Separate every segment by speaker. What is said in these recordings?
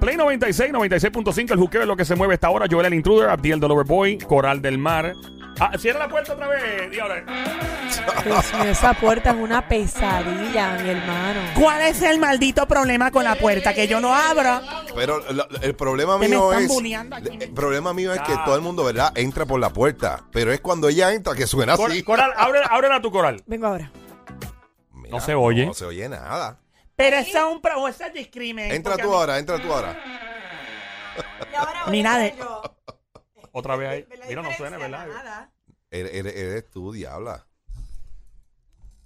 Speaker 1: Play 96, 96.5, el juqueo es lo que se mueve esta hora. Joel el Intruder, Abdiel the Lover Boy, Coral del Mar. Ah, cierra la puerta otra vez, diablo.
Speaker 2: Dios mío, esa puerta es una pesadilla, mi hermano.
Speaker 3: ¿Cuál es el maldito problema con la puerta? Que yo no abro.
Speaker 4: Pero la- la- el problema
Speaker 3: Que me
Speaker 4: mío
Speaker 3: están
Speaker 4: es.
Speaker 3: bulleando aquí.
Speaker 4: El problema mío es que todo el mundo, ¿verdad? Entra por la puerta. Pero es cuando ella entra que suena
Speaker 1: Cor-
Speaker 4: así.
Speaker 1: Coral, ábrela, ábrela tu coral.
Speaker 2: Vengo ahora.
Speaker 4: Mira,
Speaker 1: No se oye.
Speaker 4: No se oye nada.
Speaker 3: Pero eso es un pro, eso es discrimen.
Speaker 4: Entra
Speaker 3: porque
Speaker 4: tú
Speaker 3: a mí- Ah.
Speaker 4: ahora, entra tú ahora.
Speaker 3: Mira de-
Speaker 1: Otra vez ahí. Mira, no suena, ¿verdad?
Speaker 4: Eres, eres- eres tú, diabla.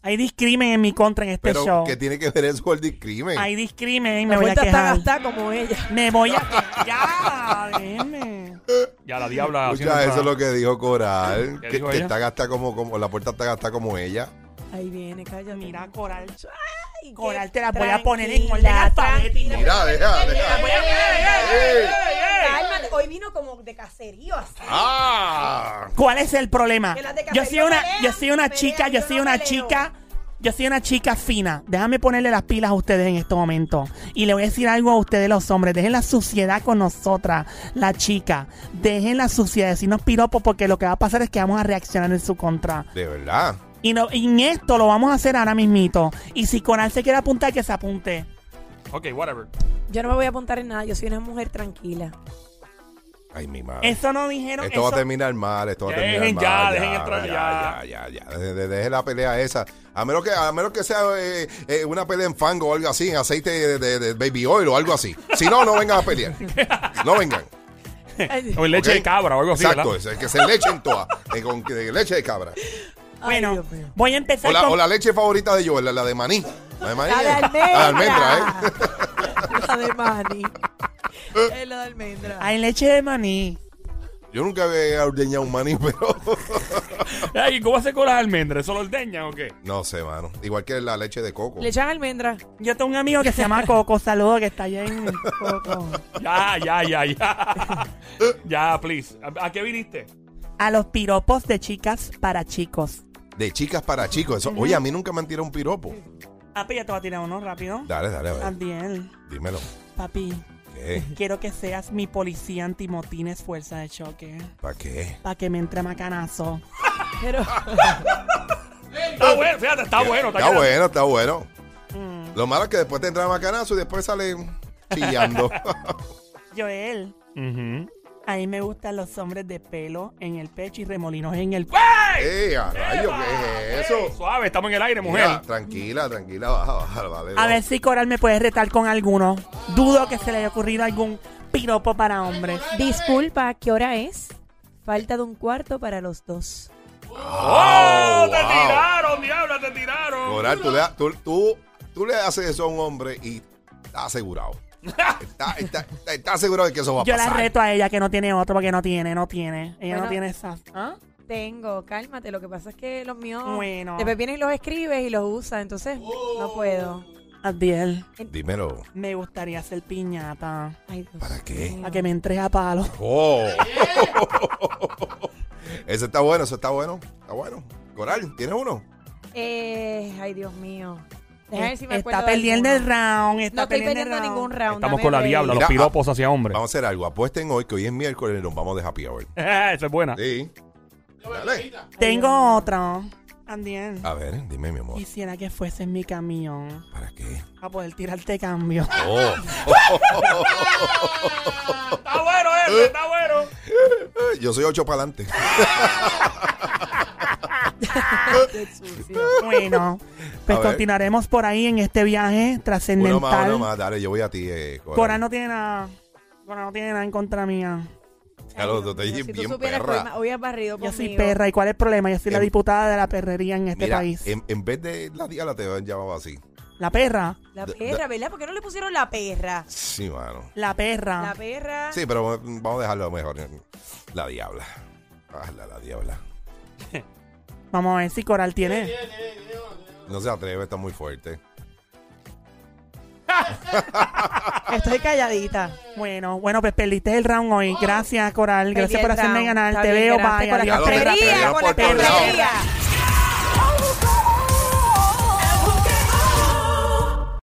Speaker 3: Hay discrimen en mi contra en este
Speaker 4: Pero,
Speaker 3: show.
Speaker 4: ¿qué tiene que ver eso con el discrimen?
Speaker 3: Hay discrimen, me
Speaker 2: La
Speaker 3: voy a
Speaker 2: puerta está
Speaker 3: quejar.
Speaker 2: gastada como ella.
Speaker 3: Me voy a quejar. Ya, dime.
Speaker 1: Ya la diabla.
Speaker 4: Escucha, eso es lo que dijo Coral.
Speaker 1: ¿Qué
Speaker 4: Que,
Speaker 1: dijo
Speaker 4: que
Speaker 1: ella?
Speaker 4: está gasta como, como. La puerta está gasta como ella.
Speaker 2: Ahí viene, cállate.
Speaker 3: Mira, Coral.
Speaker 2: Ay, qué
Speaker 3: Coral, te la voy a poner en orden
Speaker 2: tranquila,
Speaker 3: alfabético.
Speaker 2: tranquila.
Speaker 4: Mira, deja, deja.
Speaker 2: Voy a-
Speaker 4: ey, ey,
Speaker 2: Cálmate, Hoy vino como de caserío así.
Speaker 4: ¡Ah!
Speaker 3: ¿Cuál es el problema?
Speaker 2: Que las de
Speaker 3: Yo
Speaker 2: café
Speaker 3: soy
Speaker 2: no
Speaker 3: una,
Speaker 2: pelean,
Speaker 3: yo soy una
Speaker 2: pelean,
Speaker 3: chica, yo
Speaker 2: yo
Speaker 3: soy
Speaker 2: no
Speaker 3: una
Speaker 2: peleo.
Speaker 3: chica, yo soy una chica fina. Déjame ponerle las pilas a ustedes en este momento. Y le voy a decir algo a ustedes los hombres. Dejen la suciedad con nosotras, la chica. Dejen la suciedad, decirnos piropos, porque lo que va a pasar es que vamos a reaccionar en su contra.
Speaker 4: De verdad.
Speaker 3: Y, no, y en esto lo vamos a hacer ahora mismito. Y si Coral se quiere apuntar, que se apunte.
Speaker 1: Ok, whatever.
Speaker 2: Yo no me voy a apuntar en nada. Yo soy una mujer tranquila.
Speaker 4: Ay, mi madre.
Speaker 3: Eso no dijeron.
Speaker 4: esto va a
Speaker 3: eso-
Speaker 4: terminar mal, esto va a terminar
Speaker 1: Dejen
Speaker 4: mal.
Speaker 1: ya, dejen entrar
Speaker 4: Ya, ya, ya. De- de- Deje la pelea esa. A menos que, a menos que sea eh, eh, una pelea en fango o algo así, en aceite de, de- de baby oil o algo así. Si no, no vengan a pelear. No vengan.
Speaker 2: Ay,
Speaker 1: O leche
Speaker 4: ¿ok?
Speaker 1: de cabra o algo así,
Speaker 4: Exacto,
Speaker 1: ¿verdad?
Speaker 4: es, que se lechen todas. eh, con de leche de cabra.
Speaker 3: Bueno,
Speaker 2: Dios mío.
Speaker 3: voy a
Speaker 4: O
Speaker 3: empezar
Speaker 4: la,
Speaker 3: con...
Speaker 4: o la leche favorita de Joel, la, la de maní. La de maní.
Speaker 2: La de
Speaker 4: eh.
Speaker 2: almendra.
Speaker 4: La de almendra, ¿eh?
Speaker 2: La de Manny. Es la de almendra.
Speaker 3: Hay leche de maní.
Speaker 4: Yo nunca había ordeñado un maní, pero.
Speaker 1: Ay, ¿cómo hace con las almendras? ¿Solo ordeñan o qué?
Speaker 4: No sé, mano. Igual que la leche de coco.
Speaker 2: Le echan almendra.
Speaker 3: Yo tengo un amigo que se llama Coco, saludo que está allá en
Speaker 2: Coco.
Speaker 1: Ya, ya, ya, ya. ya, please. ¿A, a qué viniste?
Speaker 3: a los piropos de chicas para chicos.
Speaker 4: De chicas para chicos. Eso, Oye, a mí nunca me han tirado un piropo.
Speaker 3: Papi, ya te voy a tirar uno rápido.
Speaker 4: Dale, dale, a
Speaker 3: Ah.
Speaker 4: ver.
Speaker 3: También,
Speaker 4: Dímelo.
Speaker 3: papi,
Speaker 4: ¿Qué?
Speaker 3: quiero que seas mi policía antimotines fuerza de choque.
Speaker 4: ¿Para qué?
Speaker 3: Para que me entre macanazo.
Speaker 2: Pero
Speaker 1: Está bueno, fíjate, está bueno.
Speaker 4: Está
Speaker 1: quedando-
Speaker 4: bueno, está bueno.
Speaker 3: Mm.
Speaker 4: Lo malo es que después te entra macanazo y después sale chillando.
Speaker 3: Joel,
Speaker 1: Ujú.
Speaker 3: a mí me gustan los hombres de pelo en el pecho y remolinos en el... ¡Ah!
Speaker 4: ¡Ey, Eh, a rayo! ¿Qué es
Speaker 1: Ey,
Speaker 4: eso?
Speaker 1: Suave, estamos en el aire, Eh, mujer.
Speaker 4: Mira, tranquila, tranquila, baja, baja, vale.
Speaker 3: A
Speaker 4: no.
Speaker 3: ver si Coral me puede retar con alguno. Dudo que se le haya ocurrido algún piropo para hombres.
Speaker 2: disculpa, ¿qué hora es? Falta de un cuarto para los dos.
Speaker 1: ¡Oh!
Speaker 4: Wow,
Speaker 1: ¡Te
Speaker 4: wow.
Speaker 1: tiraron, diablo! ¡Te tiraron!
Speaker 4: Coral, tú le, das- tú, tú- tú le haces eso a un hombre y está asegurado. Está, está- está- está asegurado de que eso va a
Speaker 3: Yo
Speaker 4: pasar.
Speaker 3: la reto a ella que no tiene otro porque no tiene, no tiene. Ella no
Speaker 2: Bueno.
Speaker 3: tiene esa. ¿Ah?
Speaker 2: Tengo, cálmate. Lo que pasa es que los míos.
Speaker 3: Bueno.
Speaker 2: Después vienen y los escribes y los usas, entonces no puedo.
Speaker 3: Adiel,
Speaker 4: Dímelo.
Speaker 3: me gustaría ser piñata.
Speaker 2: Ay, Dios.
Speaker 4: ¿Para qué?
Speaker 3: A que me entrega a palo.
Speaker 4: ¡Oh! eso está bueno, eso está bueno. Está bueno. Coral, ¿tienes uno?
Speaker 2: Eh, ay, Dios mío. Déjame ver si me acuerdo
Speaker 3: Eh, está
Speaker 2: de
Speaker 3: perdiendo el
Speaker 2: alguno.
Speaker 3: round. Está
Speaker 2: No estoy
Speaker 3: perdiendo
Speaker 2: perdiendo
Speaker 3: el
Speaker 2: ningún
Speaker 3: round.
Speaker 2: round.
Speaker 1: Estamos
Speaker 2: dame
Speaker 1: con la
Speaker 2: break.
Speaker 1: diabla,
Speaker 4: Mira,
Speaker 1: los piropos hacia hombres.
Speaker 4: Vamos a hacer algo. Apuesten hoy, que hoy es miércoles y nos vamos de happy hour.
Speaker 1: Esa es buena.
Speaker 4: Sí. Dale.
Speaker 3: Tengo otro. Adiel,
Speaker 4: A ver, dime, mi amor.
Speaker 3: quisiera que fuese en mi camión.
Speaker 4: ¿Para qué?
Speaker 3: A poder tirarte cambio.
Speaker 4: Oh.
Speaker 1: Está bueno ese, está bueno.
Speaker 4: Yo soy ocho para adelante.
Speaker 2: Qué sucio.
Speaker 3: bueno, pues
Speaker 4: A ver.
Speaker 3: continuaremos por ahí en este viaje
Speaker 4: Uno más, uno
Speaker 3: trascendental.
Speaker 4: más. Dale, yo voy a ti, eh, Coral.
Speaker 3: Cora no tiene nada. Cora no tiene nada en contra mía.
Speaker 4: Ya lo- tú te
Speaker 2: Dios mío,
Speaker 4: oyes
Speaker 2: si tú
Speaker 4: bien
Speaker 2: supieras,
Speaker 4: perra.
Speaker 2: hoy- hoy has barrido
Speaker 3: Yo
Speaker 2: conmigo.
Speaker 3: soy perra. ¿Y cuál es el problema? Yo soy la
Speaker 4: Em-
Speaker 3: diputada de la perrería en este
Speaker 4: Mira, em.
Speaker 3: país.
Speaker 4: en, en vez de la diabla te han llamado así.
Speaker 3: la perra.
Speaker 2: La perra, ¿verdad? ¿Por qué no le pusieron la perra?
Speaker 4: Sí, mano.
Speaker 3: La perra.
Speaker 2: La perra.
Speaker 4: Sí, pero mm, vamos a dejarlo mejor. La diabla. Ah, la, la diabla.
Speaker 3: Vamos a ver si Coral tiene.
Speaker 4: No se atreve, está muy fuerte.
Speaker 2: Ah, Estoy calladita.
Speaker 3: Bueno, bueno, pues perdiste el round hoy. Gracias,
Speaker 2: Oh.
Speaker 3: Coral.
Speaker 2: Perdí
Speaker 3: Gracias
Speaker 2: el
Speaker 3: por hacerme
Speaker 2: round.
Speaker 3: ganar.
Speaker 2: Está
Speaker 3: Te
Speaker 2: bien,
Speaker 3: veo.
Speaker 2: gracias
Speaker 3: Bye.
Speaker 2: por la
Speaker 3: Adiós,
Speaker 4: Ya lo
Speaker 3: perra.
Speaker 4: metí.
Speaker 2: cafetería,
Speaker 4: perra,
Speaker 2: por la
Speaker 4: perra.
Speaker 2: cafetería.